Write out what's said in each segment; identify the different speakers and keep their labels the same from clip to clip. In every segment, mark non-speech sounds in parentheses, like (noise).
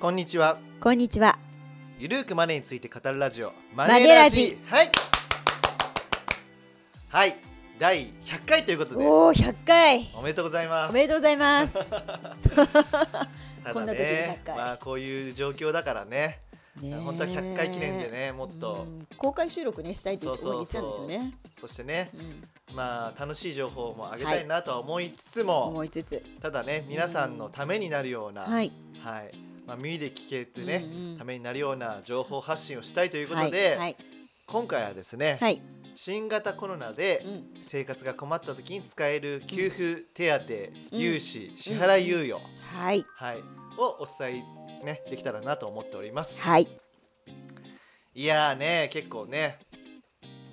Speaker 1: こんにちは
Speaker 2: こんにちは。
Speaker 1: ゆるーくマネーについて語るラジオマ
Speaker 2: ネラジ
Speaker 1: はいはい第100回ということで
Speaker 2: おお、100回。
Speaker 1: おめでとうございます
Speaker 2: おめでとうございます。
Speaker 1: た
Speaker 2: こん
Speaker 1: だ
Speaker 2: な時に
Speaker 1: ね
Speaker 2: 100回
Speaker 1: まあこういう状況だから (laughs) ね
Speaker 2: ねえ
Speaker 1: 本当は100回記念で。ねもっと
Speaker 2: うん公開収録ねしたいって言って
Speaker 1: そうそう
Speaker 2: 言ってたんですよね。
Speaker 1: そしてね
Speaker 2: うん
Speaker 1: まあ楽しい情報もあげたいなとは思いつつも、
Speaker 2: 思いつつ。
Speaker 1: ただね皆さんのためになるような、
Speaker 2: はい。
Speaker 1: はいまあ、耳で聞けてね、
Speaker 2: うんうん
Speaker 1: ためになるような情報発信をしたいということで、
Speaker 2: はいはい
Speaker 1: 今回はですね、
Speaker 2: はい。
Speaker 1: 新型コロナで
Speaker 2: うん
Speaker 1: 生活が困った時に使える給付手当、
Speaker 2: うん
Speaker 1: 融資支払い猶予、
Speaker 2: はい
Speaker 1: はい、をお伝え、ね、できたらなと思っております、
Speaker 2: はい
Speaker 1: い、やーね結構ね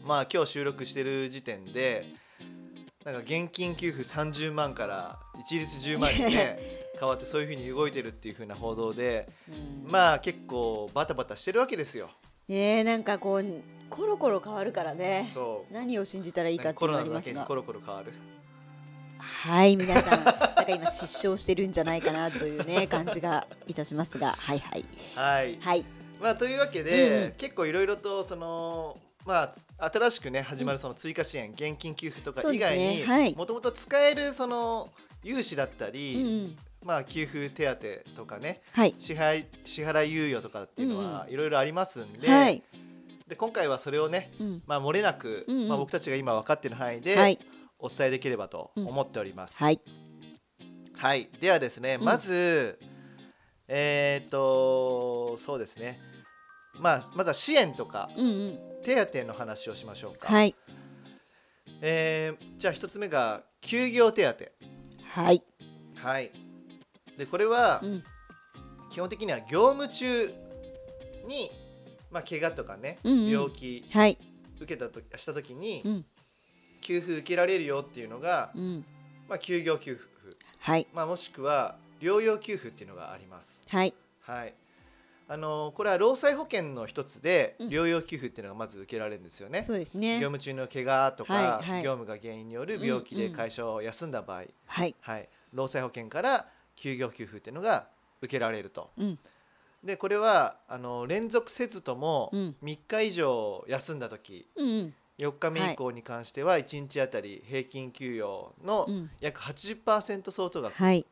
Speaker 1: まあ今日収録してる時点でなんか現金給付30万から一律10万にね
Speaker 2: (laughs)
Speaker 1: 変わってそういうふうに動いてるっていうふうな報道で
Speaker 2: うん
Speaker 1: まあ結構バタバタしてるわけですよ。
Speaker 2: ねえなんかこうコロコロ変わるからね。
Speaker 1: そう
Speaker 2: 何を信じたらいいかってい
Speaker 1: コ
Speaker 2: うの
Speaker 1: ロナ
Speaker 2: はあり
Speaker 1: の
Speaker 2: ま
Speaker 1: だ
Speaker 2: す
Speaker 1: けに
Speaker 2: が
Speaker 1: コ。ロコロ変わる。
Speaker 2: はい皆さんなんか今失笑してるんじゃないかなというね感じがいたしますが、はいはい
Speaker 1: はい、
Speaker 2: はい。
Speaker 1: まあ、というわけで、
Speaker 2: うんうん
Speaker 1: 結構いろいろとその、まあ、新しく、ね、始まるその追加支援、現金給付とか
Speaker 2: そう
Speaker 1: 以
Speaker 2: です
Speaker 1: 外
Speaker 2: ね
Speaker 1: に
Speaker 2: はい
Speaker 1: もともと使えるその融資だった
Speaker 2: う
Speaker 1: り、
Speaker 2: んうん
Speaker 1: まあ、給付手当とかね
Speaker 2: はい
Speaker 1: 支払い支払い猶予とかっていうの
Speaker 2: うん
Speaker 1: は
Speaker 2: う
Speaker 1: いろいろありますんで,、
Speaker 2: はい。
Speaker 1: で今回はそれをね、
Speaker 2: うん
Speaker 1: まあ、漏れなく、
Speaker 2: うんうん
Speaker 1: まあ、僕たちが今分かっている範囲で、
Speaker 2: はい
Speaker 1: お伝えできればと思っております。
Speaker 2: はい
Speaker 1: はい、ではですね、
Speaker 2: うん
Speaker 1: まず、えーっと、そうですね。まあ、まずは支援とか
Speaker 2: うんうん
Speaker 1: 手当の話をしましょうか。
Speaker 2: はい
Speaker 1: えーじゃあ一つ目が休業手
Speaker 2: はい。
Speaker 1: 当。はい。でこれは
Speaker 2: うん
Speaker 1: 基本的には業務中にまあ怪我とかね、
Speaker 2: うんうん
Speaker 1: 病気
Speaker 2: はい。
Speaker 1: 受けたとした時に
Speaker 2: うん
Speaker 1: 給付受けられるよっていうのが、
Speaker 2: うん
Speaker 1: まあ休業給付、
Speaker 2: はい
Speaker 1: まあもしくは療養給付っていうのがあります。
Speaker 2: はい。
Speaker 1: はい。あのこれは労災保険の一つで
Speaker 2: うん
Speaker 1: 療養給付っていうのがまず受けられるんですよね。
Speaker 2: そうですね
Speaker 1: 業。務中の怪我とか、
Speaker 2: はいはい
Speaker 1: 業務が原因による病気で
Speaker 2: うんうん
Speaker 1: 会社を休んだ場合、
Speaker 2: はい。
Speaker 1: はい、労災保険から休業給付っていうのが受けられると。
Speaker 2: うん
Speaker 1: でこれはあの連続せずとも
Speaker 2: うん
Speaker 1: 3日以上休んだ時
Speaker 2: うん
Speaker 1: 4日目以降に関しては1日あたり平均給与の
Speaker 2: うん
Speaker 1: 約80%相当が受
Speaker 2: はい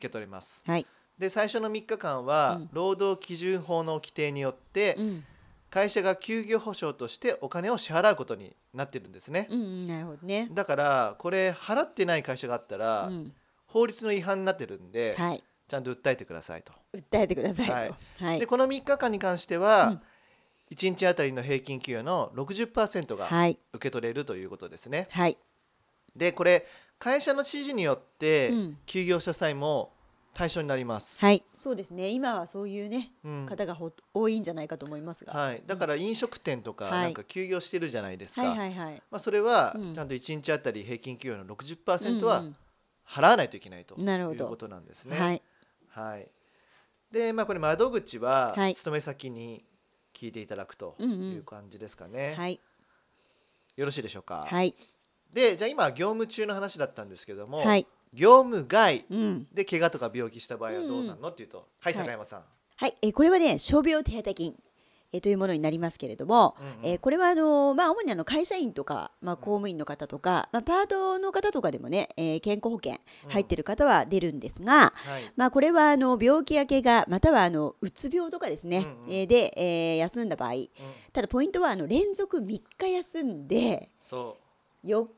Speaker 1: け取れます。
Speaker 2: はい。
Speaker 1: で最初の3日間
Speaker 2: う
Speaker 1: は
Speaker 2: ん
Speaker 1: 労働基準法の規定によって
Speaker 2: うん
Speaker 1: 会社が休業保障としてお金を支払うことになってるんですね。
Speaker 2: うんうんなるほどね。
Speaker 1: だからこれ払ってない会社があった
Speaker 2: う
Speaker 1: ら
Speaker 2: ん
Speaker 1: 法律の違反になってるんで
Speaker 2: はい。
Speaker 1: ちゃんと訴えてくださいと。
Speaker 2: 訴えてくださいと。は
Speaker 1: で
Speaker 2: い。
Speaker 1: この3日間に関して
Speaker 2: う
Speaker 1: は
Speaker 2: ん
Speaker 1: 1日あたりの平均給与の60%が
Speaker 2: はい
Speaker 1: 受け取れるということですね。
Speaker 2: はい。
Speaker 1: でこれ会社の指示によっ
Speaker 2: う
Speaker 1: て
Speaker 2: ん
Speaker 1: 休業した際も対象になります。
Speaker 2: はい。そうですね。今はそういうね
Speaker 1: うん
Speaker 2: 方がほ多いんじゃないかと思いますが。
Speaker 1: はい、だから飲食店とか
Speaker 2: はい
Speaker 1: なんか休業してるじゃないですか、
Speaker 2: はいはいはい。
Speaker 1: まあ、それは
Speaker 2: うん
Speaker 1: ちゃんと1日あたり平均給与の
Speaker 2: うん
Speaker 1: 60%
Speaker 2: う
Speaker 1: は
Speaker 2: ん
Speaker 1: 払わないといけないという
Speaker 2: なるほど
Speaker 1: ことなんですね。
Speaker 2: はい
Speaker 1: はいでまあ、これ窓口は
Speaker 2: はい
Speaker 1: 勤め先に聞いていただくと
Speaker 2: うんうん
Speaker 1: いう感じですかね。
Speaker 2: はい
Speaker 1: よろしいでしょうか。
Speaker 2: はい
Speaker 1: でじゃあ今業務中の話だったんですけども、
Speaker 2: はい。
Speaker 1: 業務外
Speaker 2: うん
Speaker 1: で怪我とか病気した場合はどうなの、っていうとはい
Speaker 2: はい
Speaker 1: 高山さん、
Speaker 2: はい、えーこれはね傷病手当金、えーというものになりますけれども、
Speaker 1: うんうん
Speaker 2: えーこれはあのーまあ、主にあの会社員とか、まあ、公務員の方とか、まあ、パートの方とかでもね、えー健康保険入ってる方は出るんですが、
Speaker 1: はい
Speaker 2: まあ、これはあの病気や怪我またはあのうつ病とかですね、
Speaker 1: うんうん
Speaker 2: えーで、えー休んだ場合ただポイントはあの連続3日休んで
Speaker 1: そ
Speaker 2: 4日目か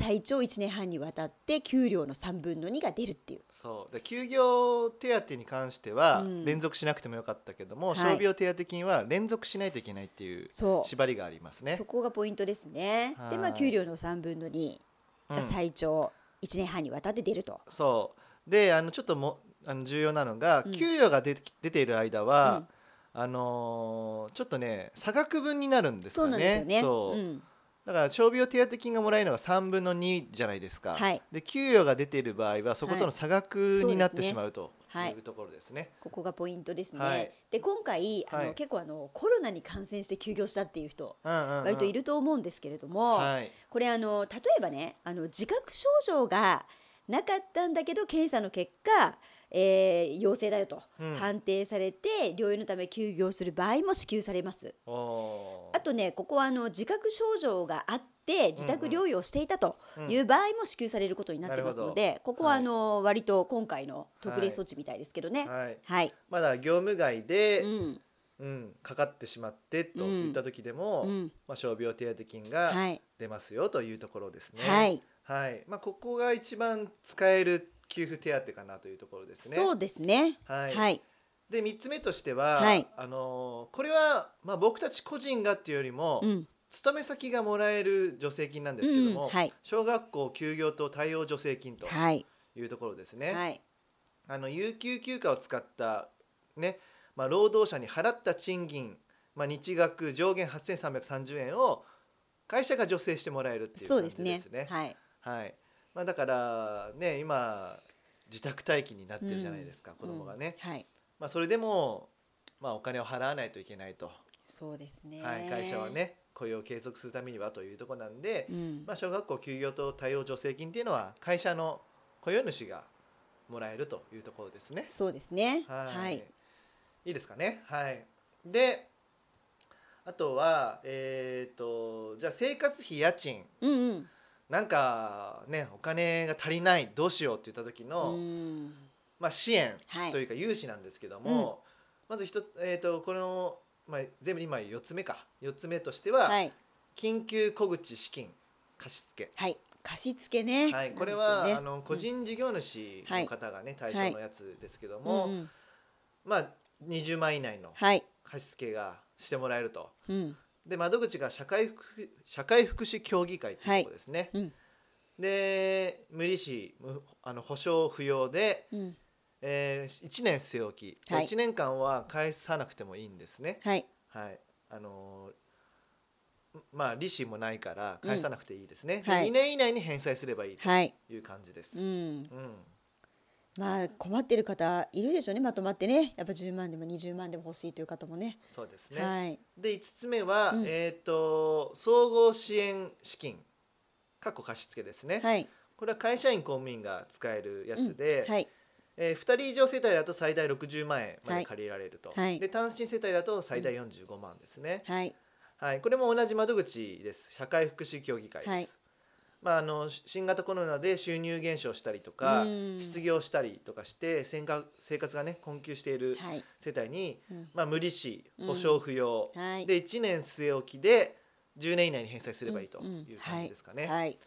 Speaker 2: ら最長1年半にわたって給料の3分の2が出るっていう。
Speaker 1: うそうで休業手当に関しては
Speaker 2: うん
Speaker 1: 連続しなくてもよかったけども、
Speaker 2: はい
Speaker 1: 傷病手当金は連続しないといけないっていう
Speaker 2: そう
Speaker 1: 縛りがありますね
Speaker 2: そ。こがポイントですね。で、
Speaker 1: は
Speaker 2: まあ、
Speaker 1: い
Speaker 2: 給料の3分の2
Speaker 1: うん
Speaker 2: が最長1年半にわたって出ると。
Speaker 1: そうであのちょっともあの重要なのが、
Speaker 2: うん
Speaker 1: 給与が出て出ている間は、あのーちょっとね差額分になるんです
Speaker 2: そ
Speaker 1: か
Speaker 2: う
Speaker 1: ね。
Speaker 2: なんですよね。
Speaker 1: そう
Speaker 2: うん
Speaker 1: だから傷病手当金がもらえるのが3分の2じゃないですか、
Speaker 2: はい
Speaker 1: で給与が出ている場合はそことの差額になって
Speaker 2: はい
Speaker 1: しまうと
Speaker 2: はい
Speaker 1: いうところですね。
Speaker 2: ここがポイントですね。
Speaker 1: はい
Speaker 2: で今回あの、
Speaker 1: はい
Speaker 2: 結構あのコロナに感染して休業したっていう人
Speaker 1: うんうんうん
Speaker 2: 割といると思うんですけれども、
Speaker 1: はい
Speaker 2: これあの例えばねあの自覚症状がなかったんだけど検査の結果えー陽性だよと
Speaker 1: うん
Speaker 2: 判定されて、療養のため休業する場合も支給されます。
Speaker 1: おー
Speaker 2: あとねここはあの自覚症状があって自宅療養していたと
Speaker 1: うん
Speaker 2: いう場合も支給されることになってますので、ここはあの、割と今回の特例措置みたいですけどね。はい、
Speaker 1: はい、まだ業務外
Speaker 2: う
Speaker 1: で、
Speaker 2: ん
Speaker 1: うんかかってしまってと
Speaker 2: うん
Speaker 1: いった時でも、
Speaker 2: うん
Speaker 1: まあ、傷病手当金が
Speaker 2: はい
Speaker 1: 出ますよというところですね。
Speaker 2: はい、
Speaker 1: はいまあ、ここが一番使える給付手当かなというところですね。
Speaker 2: そうですね。
Speaker 1: はい
Speaker 2: はい、
Speaker 1: で3つ目としては、
Speaker 2: はい
Speaker 1: あのーこれは、まあ、僕たち個人がっていうよりも、
Speaker 2: うん、
Speaker 1: 勤め先がもらえる助成金なんですけども、
Speaker 2: うんはい、
Speaker 1: 小学校休業等対応助成金と
Speaker 2: はい、
Speaker 1: いうところですね。
Speaker 2: はい、
Speaker 1: あの有給休暇を使った、ねまあ、労働者に払った賃金、まあ、日額上限8330円を会社が助成してもらえるっていう
Speaker 2: そう
Speaker 1: 感
Speaker 2: で
Speaker 1: じ
Speaker 2: すね
Speaker 1: ですね。
Speaker 2: はい、
Speaker 1: はいまあ、だから、ね、今自宅待機になってるじゃないですか、子供がね、
Speaker 2: うんはい、
Speaker 1: まあ、それでも、まあ、お金を払わないといけないと、
Speaker 2: そうですね。
Speaker 1: はい、会社は。ね雇用を継続するためにはというところなんで、
Speaker 2: うん、
Speaker 1: まあ、小学校休業等対応助成金っていうのは会社の雇用主がもらえるというところですね。
Speaker 2: そうですね。
Speaker 1: はい、
Speaker 2: はい
Speaker 1: い、、いですかね。はい。で、あとはえっ、とじゃあ生活費家賃
Speaker 2: うん、うん、
Speaker 1: なんかねお金が足りないどうしようって言った時の、
Speaker 2: うん、
Speaker 1: まあ支援
Speaker 2: はい
Speaker 1: というか融資なんですけども、まず一つえっ、とこのまあ全部で今四つ目か四つ目としては、
Speaker 2: はい、
Speaker 1: 緊急小口資金貸付。
Speaker 2: はい、貸付ね。
Speaker 1: はい、これ
Speaker 2: なん
Speaker 1: は、
Speaker 2: ですよね
Speaker 1: あの個人事業主の方がね、対象のやつですけども、
Speaker 2: うんうん
Speaker 1: まあ20万以内の
Speaker 2: はい、
Speaker 1: 貸し付けがしてもらえると
Speaker 2: うん、
Speaker 1: で窓口が社会福社会福祉協議会というところですね、
Speaker 2: はいうん
Speaker 1: で無利子無あの保証不要で、
Speaker 2: うん、
Speaker 1: えー、1年据え置き、
Speaker 2: はい
Speaker 1: 1年間は返さなくてもいいんですね
Speaker 2: はい、
Speaker 1: はいあのーまあ利子もないから返さなくていいですね、
Speaker 2: うんはい
Speaker 1: 2年以内に返済すればいい
Speaker 2: はい、
Speaker 1: という感じです、
Speaker 2: うん、
Speaker 1: うん
Speaker 2: まあ困ってる方いるでしょうね。まとまってね、やっぱ10万でも20万でも欲しいという方もね。
Speaker 1: そうですね、
Speaker 2: はい、
Speaker 1: で5つ目は、
Speaker 2: うん
Speaker 1: えー、と総合支援資金かっこ貸付ですね、
Speaker 2: はい、
Speaker 1: これは会社員公務員が使えるやつで、
Speaker 2: はい、
Speaker 1: えー2人以上世帯だと最大60万円まで借りられると、
Speaker 2: はいはい
Speaker 1: で単身世帯だと最大45万ですね、
Speaker 2: はい、
Speaker 1: はい、これも同じ窓口です社会福祉協議会です、
Speaker 2: はい
Speaker 1: まあ、あのし新型コロナで収入減少したりとか
Speaker 2: うん
Speaker 1: 失業したりとかして生活生活がね困窮している
Speaker 2: はい、
Speaker 1: 世帯に、
Speaker 2: うん
Speaker 1: まあ、無利子
Speaker 2: うん
Speaker 1: 保証不要、
Speaker 2: はい、
Speaker 1: で1年据え置きで10年以内に返済すればいいと
Speaker 2: うんうん
Speaker 1: いう感じですかね。
Speaker 2: はい、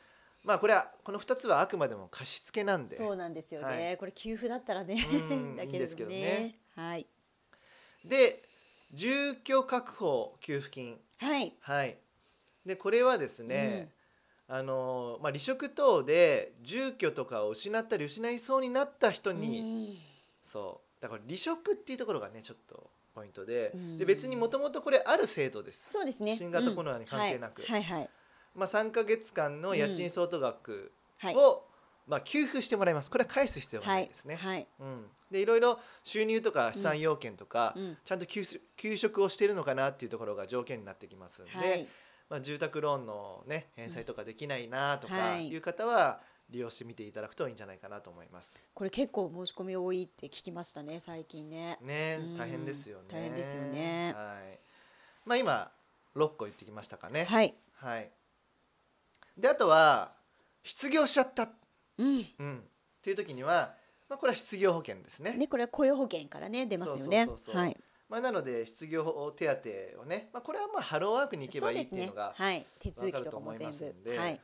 Speaker 1: まあこれはこの2つはあくまでも貸し付けなんで
Speaker 2: そうなんですよ
Speaker 1: は
Speaker 2: ね。これ給付だったらね
Speaker 1: う、ん
Speaker 2: (laughs) だ
Speaker 1: いい
Speaker 2: け
Speaker 1: ん
Speaker 2: れ
Speaker 1: ですけ
Speaker 2: ど
Speaker 1: ど
Speaker 2: ね
Speaker 1: ね。
Speaker 2: はい、
Speaker 1: で住居確保給付金
Speaker 2: はい、
Speaker 1: はいでこれはですね、あのまあ、離職等で住居とかを失ったり失いそうになった人に、そうだから離職っていうところがねちょっとポイントで,、
Speaker 2: うん
Speaker 1: で別にもともとこれある制度です、
Speaker 2: そうですね。
Speaker 1: 新型コロナに関係なく
Speaker 2: うんはい、はい
Speaker 1: まあ、3か月間の家賃相当額、
Speaker 2: はい、はい、
Speaker 1: を、まあ、給付してもらいますこれは返す必要はないですね、
Speaker 2: はい、
Speaker 1: うん、でいろいろ収入とか資産要件とか、
Speaker 2: うん、
Speaker 1: ちゃんと給食給食をしているのかなっていうところが条件になってきますんで、
Speaker 2: はい、
Speaker 1: まあ、住宅ローンの、ね、返済とかできないなと
Speaker 2: うんは
Speaker 1: か
Speaker 2: い
Speaker 1: いう方は利用してみていただくといいんじゃないかなと思います。
Speaker 2: これ結構申し込み多いって聞きましたね、最近ね。
Speaker 1: ね
Speaker 2: うん
Speaker 1: 大変ですよね。
Speaker 2: 大変ですよね
Speaker 1: はいまあ、今6個言ってきましたかね。
Speaker 2: はい、
Speaker 1: はいであとは失業しちゃった、
Speaker 2: うん、
Speaker 1: うん、っていう時には、まあ、これは失業保険ですね。
Speaker 2: ね、これは雇用保険からね、出ますよね
Speaker 1: そうそうそう。そう
Speaker 2: はい、
Speaker 1: まあ、なので失業手当をね、まあ、これはまあハローワークに行け
Speaker 2: そ
Speaker 1: ば
Speaker 2: う
Speaker 1: いい
Speaker 2: で
Speaker 1: っ
Speaker 2: す
Speaker 1: ていう
Speaker 2: ね
Speaker 1: の。が
Speaker 2: はい、手
Speaker 1: 分
Speaker 2: 続
Speaker 1: か
Speaker 2: き
Speaker 1: る
Speaker 2: と
Speaker 1: と
Speaker 2: かも
Speaker 1: 思い
Speaker 2: 全
Speaker 1: ますん
Speaker 2: 部。
Speaker 1: で、
Speaker 2: はい、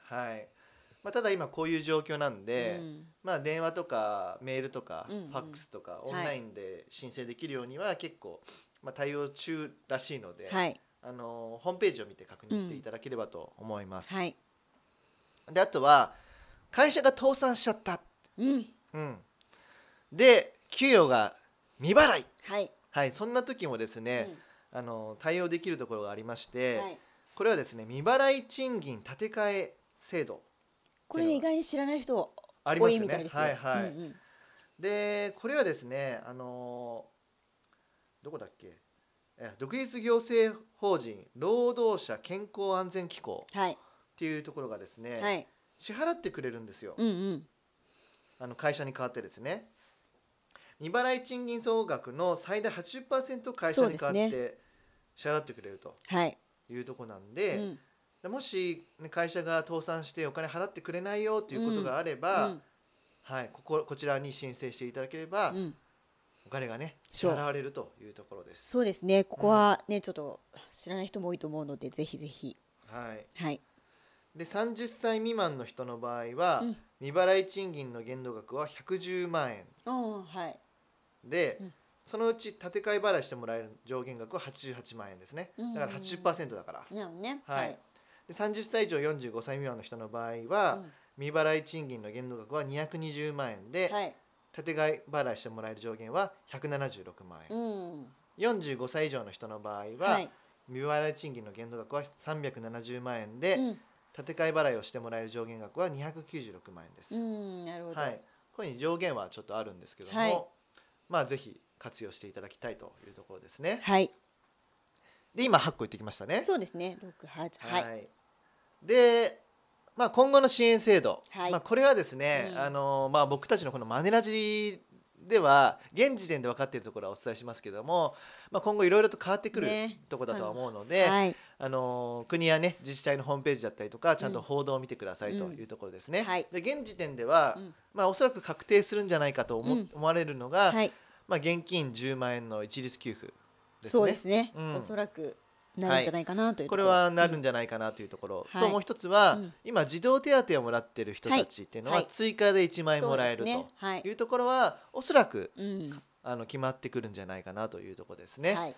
Speaker 1: まあ、ただ今こういう状況なんで、
Speaker 2: うん
Speaker 1: まあ、電話とかメールとか
Speaker 2: う
Speaker 1: フ
Speaker 2: んうん
Speaker 1: ァックスとか
Speaker 2: は
Speaker 1: オ
Speaker 2: い
Speaker 1: ンラインで申請できるようには結構、まあ、対応中らしいので、
Speaker 2: はい、
Speaker 1: あのホームページを見て確認していただければと思います。
Speaker 2: はい、
Speaker 1: であとは会社が倒産しちゃった、
Speaker 2: うん、
Speaker 1: うん、で給与が未払い、
Speaker 2: はい、
Speaker 1: はい、そんな時もですね、
Speaker 2: う
Speaker 1: あの対応できるところがありまして、
Speaker 2: んはい。
Speaker 1: これはですね未払い賃金立て替え制度
Speaker 2: これね意外に知らない人
Speaker 1: ありま
Speaker 2: 多
Speaker 1: す
Speaker 2: い
Speaker 1: よ
Speaker 2: み
Speaker 1: ね。
Speaker 2: たいですよ。
Speaker 1: はいはい。
Speaker 2: うんうん
Speaker 1: でこれはですねあのーどこだっけえ独立行政法人労働者健康安全機構
Speaker 2: はい、
Speaker 1: っていうところがですね、
Speaker 2: はい、
Speaker 1: 支払ってくれるんですよ、
Speaker 2: うんうん、
Speaker 1: あの会社に代わってですね。未払い賃金総額の最大80%を会社に代わ
Speaker 2: そ
Speaker 1: っ
Speaker 2: うで
Speaker 1: て支払ってくれると
Speaker 2: はい、
Speaker 1: いうとこなん
Speaker 2: う
Speaker 1: で
Speaker 2: ん
Speaker 1: でもし、ね、会社が倒産してお金払ってくれないよということがあれば、
Speaker 2: うん
Speaker 1: はい、こここちらに申請していただければ、
Speaker 2: うん
Speaker 1: お金がね支
Speaker 2: そう
Speaker 1: 払われるというところです。
Speaker 2: そうですねここはね、ちょっと知らない人も多いと思うのでぜひぜひ
Speaker 1: はい、
Speaker 2: はい
Speaker 1: で30歳未満の人の場合は、
Speaker 2: うん
Speaker 1: 未払い賃金の限度額は110万円
Speaker 2: うんはい
Speaker 1: で、
Speaker 2: うん
Speaker 1: そのうち建て替え払いしてもらえる上限額は88万円ですね
Speaker 2: うん
Speaker 1: だから80%だから、
Speaker 2: なのね
Speaker 1: はいで30歳以上45歳未満の人の場合は、未払い賃金の限度額は220万円で、
Speaker 2: うんはい
Speaker 1: 建て替え払いしてもらえる上限は176万
Speaker 2: う
Speaker 1: 円、
Speaker 2: ん
Speaker 1: 45歳以上の人の場合は、
Speaker 2: はい
Speaker 1: 未払い賃金の限度額は370万円で、
Speaker 2: うん
Speaker 1: 建て替え払いをしてもらえる上限額は296万円です、
Speaker 2: うんなるほど
Speaker 1: はい、これに上限はちょっとあるんですけども、
Speaker 2: はい
Speaker 1: まあぜひ活用していただきたいというところですね。
Speaker 2: はい
Speaker 1: で今8個言ってきましたね。
Speaker 2: そうですね六八はい
Speaker 1: いで、まあ、今後の支援制度、
Speaker 2: はい
Speaker 1: まあ、これはですね、
Speaker 2: うん
Speaker 1: あのまあ、僕たちのこのマネラジでは現時点で分かっているところはお伝えしますけども、まあ、今後いろいろと変わってくる
Speaker 2: ね
Speaker 1: ところだとは思うので、
Speaker 2: はい
Speaker 1: あの国やね自治体のホームページだったりとかちゃんと報道を見てくださいと
Speaker 2: うん
Speaker 1: いうところですね。
Speaker 2: うんはい
Speaker 1: で現時点では、
Speaker 2: うん
Speaker 1: まあおそらく確定するんじゃないかと思,、
Speaker 2: うん
Speaker 1: 思われるのが、
Speaker 2: はい
Speaker 1: まあ現金10万円の一律給付です
Speaker 2: そう
Speaker 1: ね。
Speaker 2: ですね
Speaker 1: うん
Speaker 2: おそらくなるんじゃないかなというと
Speaker 1: こ
Speaker 2: ろ
Speaker 1: れはなるんじゃないかなというところ、
Speaker 2: はい
Speaker 1: ともう一つは、
Speaker 2: うん
Speaker 1: 今児童手当をもらってる人たちっていうのは、
Speaker 2: はいはい
Speaker 1: 追加で1万円
Speaker 2: そう
Speaker 1: もらえ
Speaker 2: で
Speaker 1: る
Speaker 2: す
Speaker 1: と
Speaker 2: ねはい
Speaker 1: いうところはおそらく
Speaker 2: うん
Speaker 1: あの決まってくるんじゃないかなというところですね、
Speaker 2: はい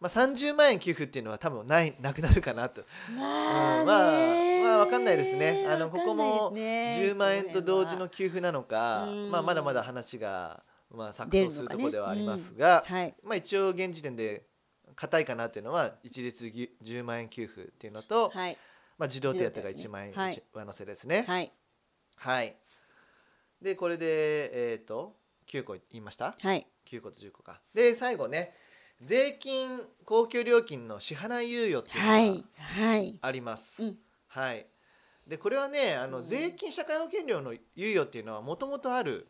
Speaker 1: まあ、30万円給付っていうのは多分ないなくなるかなと
Speaker 2: まあ
Speaker 1: うん
Speaker 2: ね
Speaker 1: まあまあわかんないですねあの
Speaker 2: わかんない
Speaker 1: ここも
Speaker 2: ですね
Speaker 1: 10万円と同時の
Speaker 2: こ
Speaker 1: 給付なのか、
Speaker 2: うん
Speaker 1: まあ、まだまだ話が、まあ、錯
Speaker 2: 出る
Speaker 1: 綜
Speaker 2: のか
Speaker 1: すると
Speaker 2: ね
Speaker 1: ころではありますが、
Speaker 2: 辺ははい
Speaker 1: まあ、一応現時点で硬いかなっていうのは一律ぎゅ10万円給付っていうのと、
Speaker 2: はい
Speaker 1: まあ、児童手当が
Speaker 2: 児
Speaker 1: 1
Speaker 2: 童手当
Speaker 1: 万
Speaker 2: ね
Speaker 1: 円
Speaker 2: はい
Speaker 1: 上乗せですね。はい、
Speaker 2: はい
Speaker 1: でこれで、えー、と9個言いました
Speaker 2: はい
Speaker 1: 9個と10個か。で最後ね税金公共料金の支払い猶予っていうのが、
Speaker 2: はいはい
Speaker 1: あります。
Speaker 2: うん
Speaker 1: はい。でこれはねあの、
Speaker 2: うん
Speaker 1: 税金社会保険料の猶予っていうのはもともとある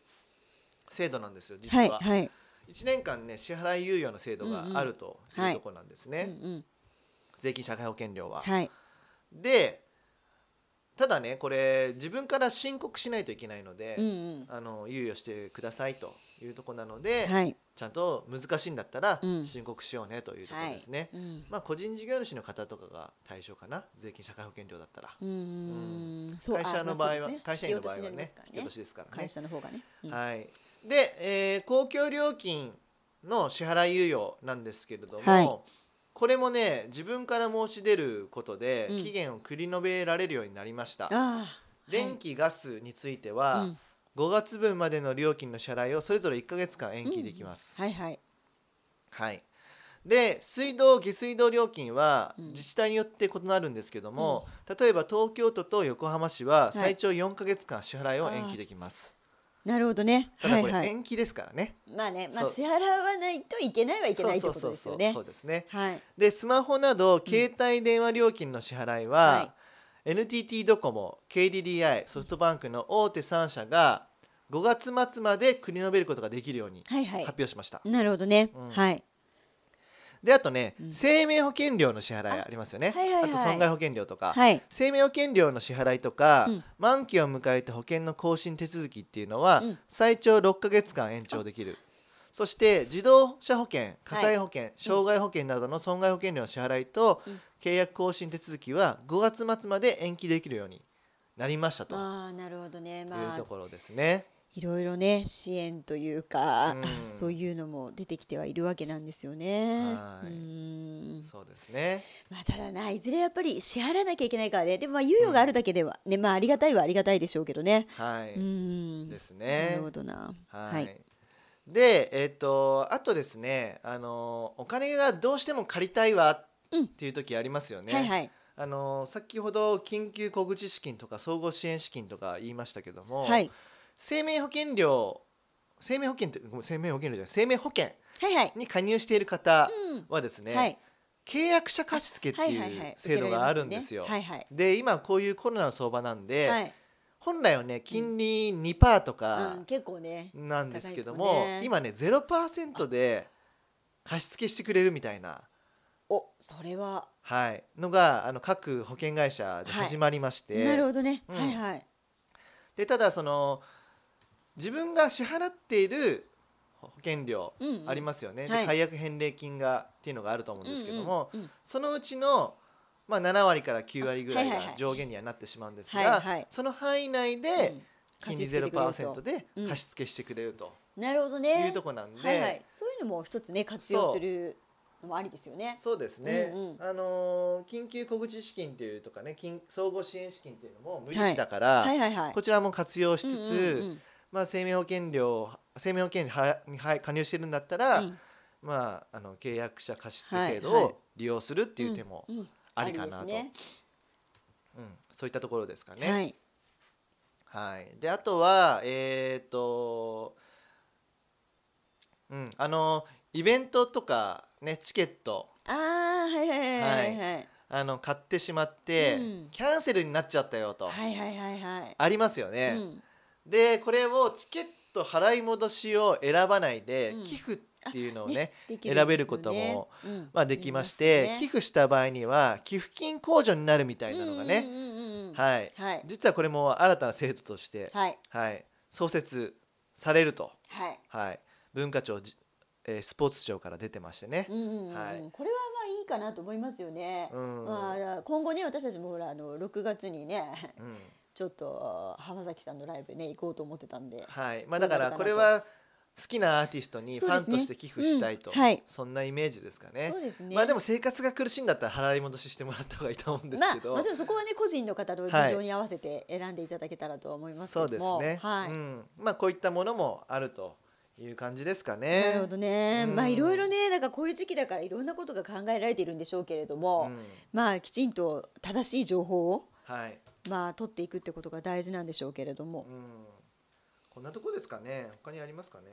Speaker 1: 制度なんですよ実
Speaker 2: はい
Speaker 1: は、
Speaker 2: はい
Speaker 1: 一1年間ね支払い猶予の制度があると
Speaker 2: うんう
Speaker 1: い
Speaker 2: んは
Speaker 1: う
Speaker 2: い
Speaker 1: ところなんですね、
Speaker 2: うんうん
Speaker 1: 税金社会保険料は。
Speaker 2: はい
Speaker 1: でただねこれ自分から申告しないといけないので、
Speaker 2: うんうん
Speaker 1: あの猶予してくださいというところなので、
Speaker 2: はい
Speaker 1: ちゃんと難しいんだったら
Speaker 2: うん
Speaker 1: 申告しようねというところですね。
Speaker 2: うん
Speaker 1: まあ個人事業主の方とかが対象かな税金社会保険料だったら。
Speaker 2: うーんそう
Speaker 1: 会社の場合は、会社員の場合は
Speaker 2: ね
Speaker 1: ね引き落と
Speaker 2: し
Speaker 1: しですからね
Speaker 2: 会。社の方がねうん
Speaker 1: はい、で、えー公共料金の支払い猶予なんですけれども、
Speaker 2: はい
Speaker 1: これもね自分から申し出ることで、
Speaker 2: うん
Speaker 1: 期限を繰り延べられるようになりました。
Speaker 2: ああ
Speaker 1: 電気、ガスについては、
Speaker 2: はいうん
Speaker 1: 5月分までの料金の支払いをそれぞれ1か月間延期できます。
Speaker 2: はいはい
Speaker 1: はい、で水道下水道料金は
Speaker 2: うん
Speaker 1: 自治体によって異なるんですけども、例えば東京都と横浜市は
Speaker 2: はい
Speaker 1: 最長4か月間支払いを延期できます、
Speaker 2: なるほどねは
Speaker 1: ただ
Speaker 2: い
Speaker 1: これ
Speaker 2: はい
Speaker 1: 延期ですからね、
Speaker 2: まあねまあ
Speaker 1: そう
Speaker 2: 支払わないといけないはいけないって
Speaker 1: そう
Speaker 2: こ
Speaker 1: そ
Speaker 2: と
Speaker 1: う
Speaker 2: です
Speaker 1: そうそう
Speaker 2: よね
Speaker 1: そうですね
Speaker 2: はい
Speaker 1: でスマホなど携帯電話料金の支払いは
Speaker 2: は、
Speaker 1: NTT ドコモ KDDI ソフトバンクの大手3社が5月末まで繰り延べることができるように
Speaker 2: はいは
Speaker 1: 発表しました、
Speaker 2: いなるほどね
Speaker 1: うん
Speaker 2: はい
Speaker 1: であとね、
Speaker 2: うん
Speaker 1: 生命保険料の支払いありますよね
Speaker 2: あはいはいはい
Speaker 1: あと損害保険料とか、
Speaker 2: はい
Speaker 1: 生命保険料の支払いとか、
Speaker 2: うん
Speaker 1: 満期を迎えた保険の更新手続きっていうのは、
Speaker 2: うん
Speaker 1: 最長6ヶ月間延長できるそして自動車保険火災保険、障害保険などの損害保険料の支払いと、
Speaker 2: うん
Speaker 1: 契約更新手続きは5月末まで延期できるようになりましたと
Speaker 2: ああなるほどね
Speaker 1: いう
Speaker 2: まあ
Speaker 1: ところですね。
Speaker 2: いろいろね支援というか、
Speaker 1: うん
Speaker 2: そういうのも出てきてはいるわけなんですよね。
Speaker 1: はいう
Speaker 2: ーん
Speaker 1: そうですね
Speaker 2: まあただないずれやっぱり支払わなきゃいけないからねでもまあ猶予があるだけでは、ねまあありがたいはありがたいでしょうけどね。
Speaker 1: はい、
Speaker 2: うーん
Speaker 1: ですね
Speaker 2: なるほどな。
Speaker 1: は、
Speaker 2: はいい
Speaker 1: でえっ、とあとですねあのお金がどうしても借りたいわ
Speaker 2: うん
Speaker 1: っていう時ありますよね、
Speaker 2: はいはい
Speaker 1: あの先ほど緊急小口資金とか総合支援資金とか言いましたけども、
Speaker 2: はい
Speaker 1: 生命保険料生命保険ってごめん生命保険料じゃない生命保険
Speaker 2: はいはい。
Speaker 1: に加入している方
Speaker 2: うん
Speaker 1: はですね、
Speaker 2: はい
Speaker 1: 契約者貸付って
Speaker 2: はい
Speaker 1: い
Speaker 2: はいは
Speaker 1: う
Speaker 2: い
Speaker 1: 制度があるんですよ。
Speaker 2: 受けられまねはいはい
Speaker 1: で今こういうコロナの相場なんで、
Speaker 2: はい
Speaker 1: 本来はね金利2%とか
Speaker 2: うん、結構ね
Speaker 1: なんですけど
Speaker 2: 高い
Speaker 1: も
Speaker 2: とこね
Speaker 1: 今ね0%で貸し付けしてくれるみたいな、
Speaker 2: おそれは、
Speaker 1: はい、のがあの各保険会社で始まりまして、
Speaker 2: なるほどね、
Speaker 1: うん
Speaker 2: はいはい
Speaker 1: でただその自分が支払っている保険料
Speaker 2: うんうん
Speaker 1: ありますよね、で
Speaker 2: はい
Speaker 1: 解約返礼金がっていうのがあると思うんですけども、
Speaker 2: うんうんうん
Speaker 1: そのうちの、まあ、7割から9割ぐらい
Speaker 2: はいはいは
Speaker 1: が
Speaker 2: い
Speaker 1: 上限にはなってしまうんです
Speaker 2: は
Speaker 1: が
Speaker 2: いはい
Speaker 1: その範囲内
Speaker 2: う
Speaker 1: で
Speaker 2: ん
Speaker 1: 金利
Speaker 2: 貸し付けてくれると
Speaker 1: 0%で
Speaker 2: うん
Speaker 1: 貸し付けしてくれると
Speaker 2: なるほど
Speaker 1: い
Speaker 2: ね
Speaker 1: うとこなんで、
Speaker 2: はいはい、そういうのも一つね活用するのもありですよね。
Speaker 1: そうですね、
Speaker 2: うんうん
Speaker 1: あのー緊急小口資金というとかね緊総合支援資金っていうのも無利
Speaker 2: はい
Speaker 1: 子だから、
Speaker 2: はいはいはい。
Speaker 1: こちらも活用しつつ、
Speaker 2: うんうんうん
Speaker 1: まあ、生命保険料生命保険にはには加入してるんだったら、
Speaker 2: うん
Speaker 1: まあ、あの契約者貸付制度
Speaker 2: はいはい
Speaker 1: を利用するっていう手も
Speaker 2: うんうん
Speaker 1: ありかなと、
Speaker 2: ありです
Speaker 1: うん、そういったところですか
Speaker 2: ねは
Speaker 1: ね。
Speaker 2: い。
Speaker 1: はいであとはえっ、と、うん、あのイベントとか、ね、チケット
Speaker 2: ああはいはいはいはいはい
Speaker 1: あの買ってしまって、
Speaker 2: うん
Speaker 1: キャンセルになっちゃったよと、
Speaker 2: はいはいはいはい。
Speaker 1: ありますよ
Speaker 2: う
Speaker 1: ね。
Speaker 2: ん
Speaker 1: でこれをチケット払い戻しを選ばないで、
Speaker 2: うん
Speaker 1: 寄付っていうのをね
Speaker 2: ねできんですよね
Speaker 1: 選べることも、まあ、できまして寄付した場合には寄付金控除になるみたいなのがね、
Speaker 2: ねは
Speaker 1: はい、
Speaker 2: いはい
Speaker 1: 実はこれも新たな制度として、
Speaker 2: はい
Speaker 1: はい、創設されると、
Speaker 2: はい。
Speaker 1: はい、文化庁、じえースポーツ庁から出てましてね
Speaker 2: う。んうんうん
Speaker 1: はい
Speaker 2: これはまあいいかなと思いますよね。
Speaker 1: うん
Speaker 2: まあ今後ね私たちもほらあの6月にね (laughs)
Speaker 1: うん
Speaker 2: ちょっと浜崎さんのライブね行こうと思ってたんで。
Speaker 1: はいまあ、
Speaker 2: ど
Speaker 1: だか
Speaker 2: うなるかな
Speaker 1: ら
Speaker 2: と
Speaker 1: これは好きなアーティストにフ
Speaker 2: そうです
Speaker 1: ァ
Speaker 2: ね
Speaker 1: ンとして寄付したいと
Speaker 2: うんはい
Speaker 1: そんなイメージですかね
Speaker 2: そう。ですね。
Speaker 1: まあでも生活が苦しいんだったら払い戻ししてもらった方がいいと思うんですけど、
Speaker 2: まあ、もちろんそこはね個人の方の事情に合わせて選んでいただけたらとは思いますけ
Speaker 1: そう
Speaker 2: ど
Speaker 1: です
Speaker 2: も、
Speaker 1: ね、
Speaker 2: はい
Speaker 1: うん、まあこういったものもあるという感じですかね。
Speaker 2: なるほどね、
Speaker 1: うん
Speaker 2: まあいろいろねなんかこういう時期だからいろんなことが考えられているんでしょうけれども、
Speaker 1: うん
Speaker 2: まあきちんと正しい情報を
Speaker 1: はい、
Speaker 2: まあ取っていくってことが大事なんでしょうけれど
Speaker 1: う
Speaker 2: も、
Speaker 1: ん、こんなとこですかね。他にありますかね。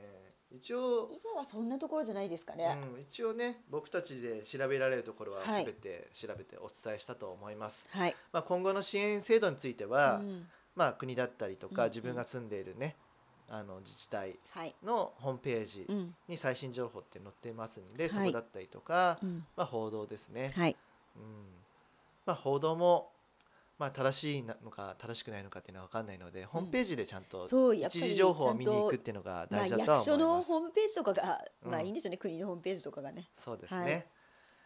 Speaker 1: 一応、
Speaker 2: 今はそんなところじゃないですかね。
Speaker 1: うん、一応ね、僕たちで調べられるところは
Speaker 2: はい
Speaker 1: すべて調べてお伝えしたと思います。
Speaker 2: はい、
Speaker 1: まあ今後の支援制度については、
Speaker 2: うん
Speaker 1: まあ国だったりと
Speaker 2: うんう
Speaker 1: か
Speaker 2: ん
Speaker 1: 自分が住んでいるね、あの自治体
Speaker 2: はい、
Speaker 1: のホームページ
Speaker 2: うん
Speaker 1: に最新情報って載ってますんで、
Speaker 2: い
Speaker 1: そこだったりとか、
Speaker 2: うん
Speaker 1: まあ報道ですね。
Speaker 2: はい、
Speaker 1: うんまあ、報道も、まあ、正しいなのか正しくないのかっていうのは分かんないので、ホームページでちゃんと
Speaker 2: そうやっぱ
Speaker 1: 一時
Speaker 2: りちゃ
Speaker 1: 情報を
Speaker 2: ん
Speaker 1: 見に行
Speaker 2: と
Speaker 1: くっ。ていうのが
Speaker 2: まあ、
Speaker 1: 大事だとは
Speaker 2: 役所
Speaker 1: 思い
Speaker 2: の
Speaker 1: ます、
Speaker 2: ホームページとかが、まあ
Speaker 1: うん
Speaker 2: いいんでしょうね、国のホームページとかがね。
Speaker 1: そうですね、
Speaker 2: はい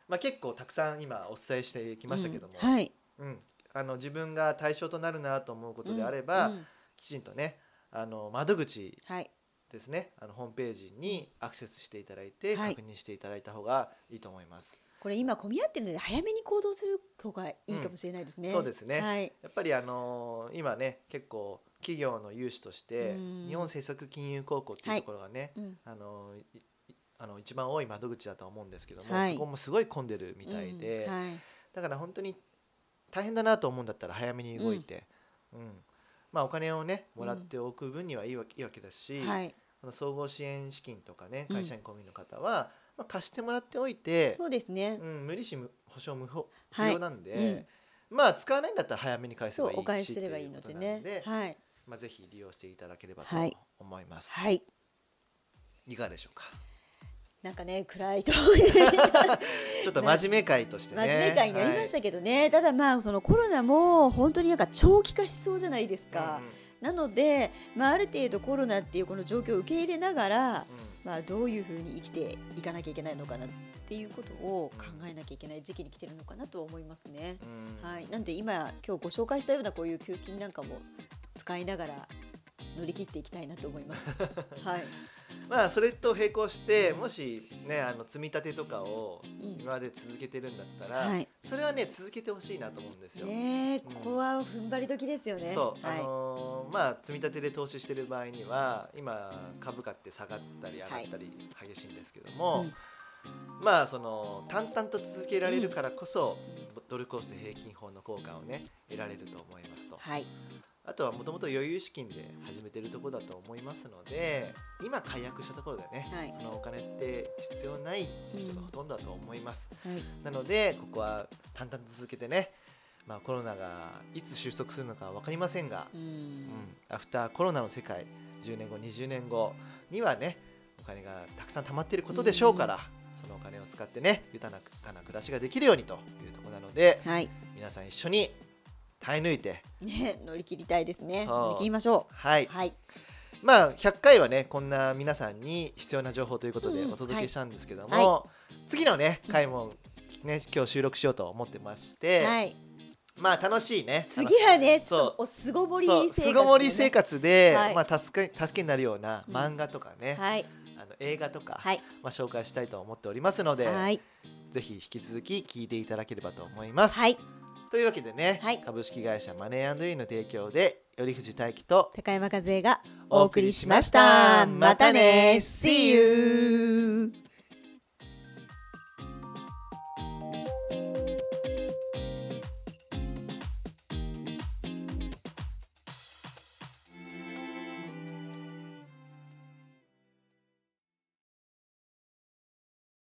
Speaker 1: まあ、結構たくさん今お伝えしてきましたけども、
Speaker 2: うんはい、
Speaker 1: うんあの自分が対象となるなと思うことであれば、
Speaker 2: うんうん
Speaker 1: きちんとねあの窓口
Speaker 2: はい、
Speaker 1: ですねあのホームページにアクセスしていただいて
Speaker 2: はい
Speaker 1: 確認していただいた方がいいと思います。
Speaker 2: これ今混み合ってるので早めに行動する方がいいかもしれないですね。
Speaker 1: うんそうですね
Speaker 2: はい。
Speaker 1: やっぱりあのー今ね結構企業の融資として
Speaker 2: うん
Speaker 1: 日本政策金融高校っていうところがね、
Speaker 2: うん。
Speaker 1: あのーいいあの一番多い窓口だと思うんですけども、
Speaker 2: はい
Speaker 1: そこもすごい混んでるみたいで、
Speaker 2: うんはい。
Speaker 1: だから本当に大変だなと思うんだったら早めに動いて、うんまあ、お金をねもらっておく分にはいいわけいいわけだし、
Speaker 2: はい。
Speaker 1: この総合支援資金とかね
Speaker 2: うん
Speaker 1: 会社員公務員の方は、まあ、貸してもらっておいて
Speaker 2: そ、うですね
Speaker 1: う。ん、無利子無保証無保
Speaker 2: はい
Speaker 1: 不要なんで、
Speaker 2: うん
Speaker 1: まあ使わないんだったら早めに返せ
Speaker 2: そ
Speaker 1: ば
Speaker 2: う
Speaker 1: いいし
Speaker 2: お返しすればいいの
Speaker 1: と
Speaker 2: で
Speaker 1: うことな
Speaker 2: ね
Speaker 1: んで。
Speaker 2: はい。
Speaker 1: まあ、ぜひ利用していただければと
Speaker 2: はい
Speaker 1: 思います、
Speaker 2: はい。
Speaker 1: い、かがでしょうか
Speaker 2: なんかね暗いと
Speaker 1: (laughs)
Speaker 2: いう
Speaker 1: ちょっと真面目会としてね
Speaker 2: 真面目会になりまし
Speaker 1: け
Speaker 2: たけどね。ただまあそのコロナも本当になんか長期化しそうじゃないですか。なのでまあある程度コロナっていうこの状況を受け入れながら。まあどういうふうに生きていかなきゃいけないのかなっていうことを考えなきゃいけない時期に来てるのかなと思いますね。はい、なんで今今日ご紹介したようなこういう給付金なんかも使いながら乗り切っていきたいなと思
Speaker 1: (laughs)
Speaker 2: います。はい、
Speaker 1: まあそれと並行してもしねあの積み立てとかを
Speaker 2: うん
Speaker 1: 今まで続けてるんだったら、
Speaker 2: はい、
Speaker 1: それはね続けてほしいなと思うんですよ。
Speaker 2: ねえ
Speaker 1: うん
Speaker 2: ここは踏ん張り時ですよね。
Speaker 1: そう、
Speaker 2: はい
Speaker 1: あのーまあ積み立てで投資してる場合には今株価って下がったり上がったり激しいんですけども、
Speaker 2: うん
Speaker 1: まあその淡々と続けられるからこそ、ドルコースト平均法の効果をね得られると思いますと、
Speaker 2: はい、
Speaker 1: あとはもともと余裕資金で始めてるところだと思いますので今解約したところでね、
Speaker 2: はい
Speaker 1: そのお金って必要ないって人がほとんどだと思います、
Speaker 2: はい、
Speaker 1: なのでここは淡々と続けてねまあ、コロナがいつ収束するのか分かりませんが、
Speaker 2: う
Speaker 1: うん
Speaker 2: ん
Speaker 1: アフターコロナの世界10年後20年後にはねお金がたくさん貯まっていることでしょうから、そのお金を使ってね豊かな暮らしができるようにというところなので
Speaker 2: はい
Speaker 1: 皆さん一緒に耐え抜いて
Speaker 2: ね乗り切りたいですね
Speaker 1: そう
Speaker 2: 乗り切りましょ
Speaker 1: は
Speaker 2: う
Speaker 1: い
Speaker 2: はい
Speaker 1: まあ100回はねこんな皆さんに必要な情報ということで
Speaker 2: うん
Speaker 1: お届けしたんですけども、
Speaker 2: はい
Speaker 1: 次のね回もね今日収録しようと思ってまして、
Speaker 2: はい
Speaker 1: まあ楽しいね
Speaker 2: 次はねち
Speaker 1: そう
Speaker 2: ょっとおすごぼり
Speaker 1: そう
Speaker 2: 生活
Speaker 1: 巣ごもり生活で、
Speaker 2: はい
Speaker 1: まあ、助け助けになるような漫画とかね、
Speaker 2: はい
Speaker 1: あの映画とか、
Speaker 2: はい
Speaker 1: まあ、紹介したいと思っておりますので、
Speaker 2: はい
Speaker 1: ぜひ引き続き聞いていただければと思います。
Speaker 2: はい
Speaker 1: というわけでね、
Speaker 2: はい
Speaker 1: 株式会社マネーユーの提供で頼藤大樹と
Speaker 2: 高山和恵が
Speaker 1: お送りしました。またね !See you!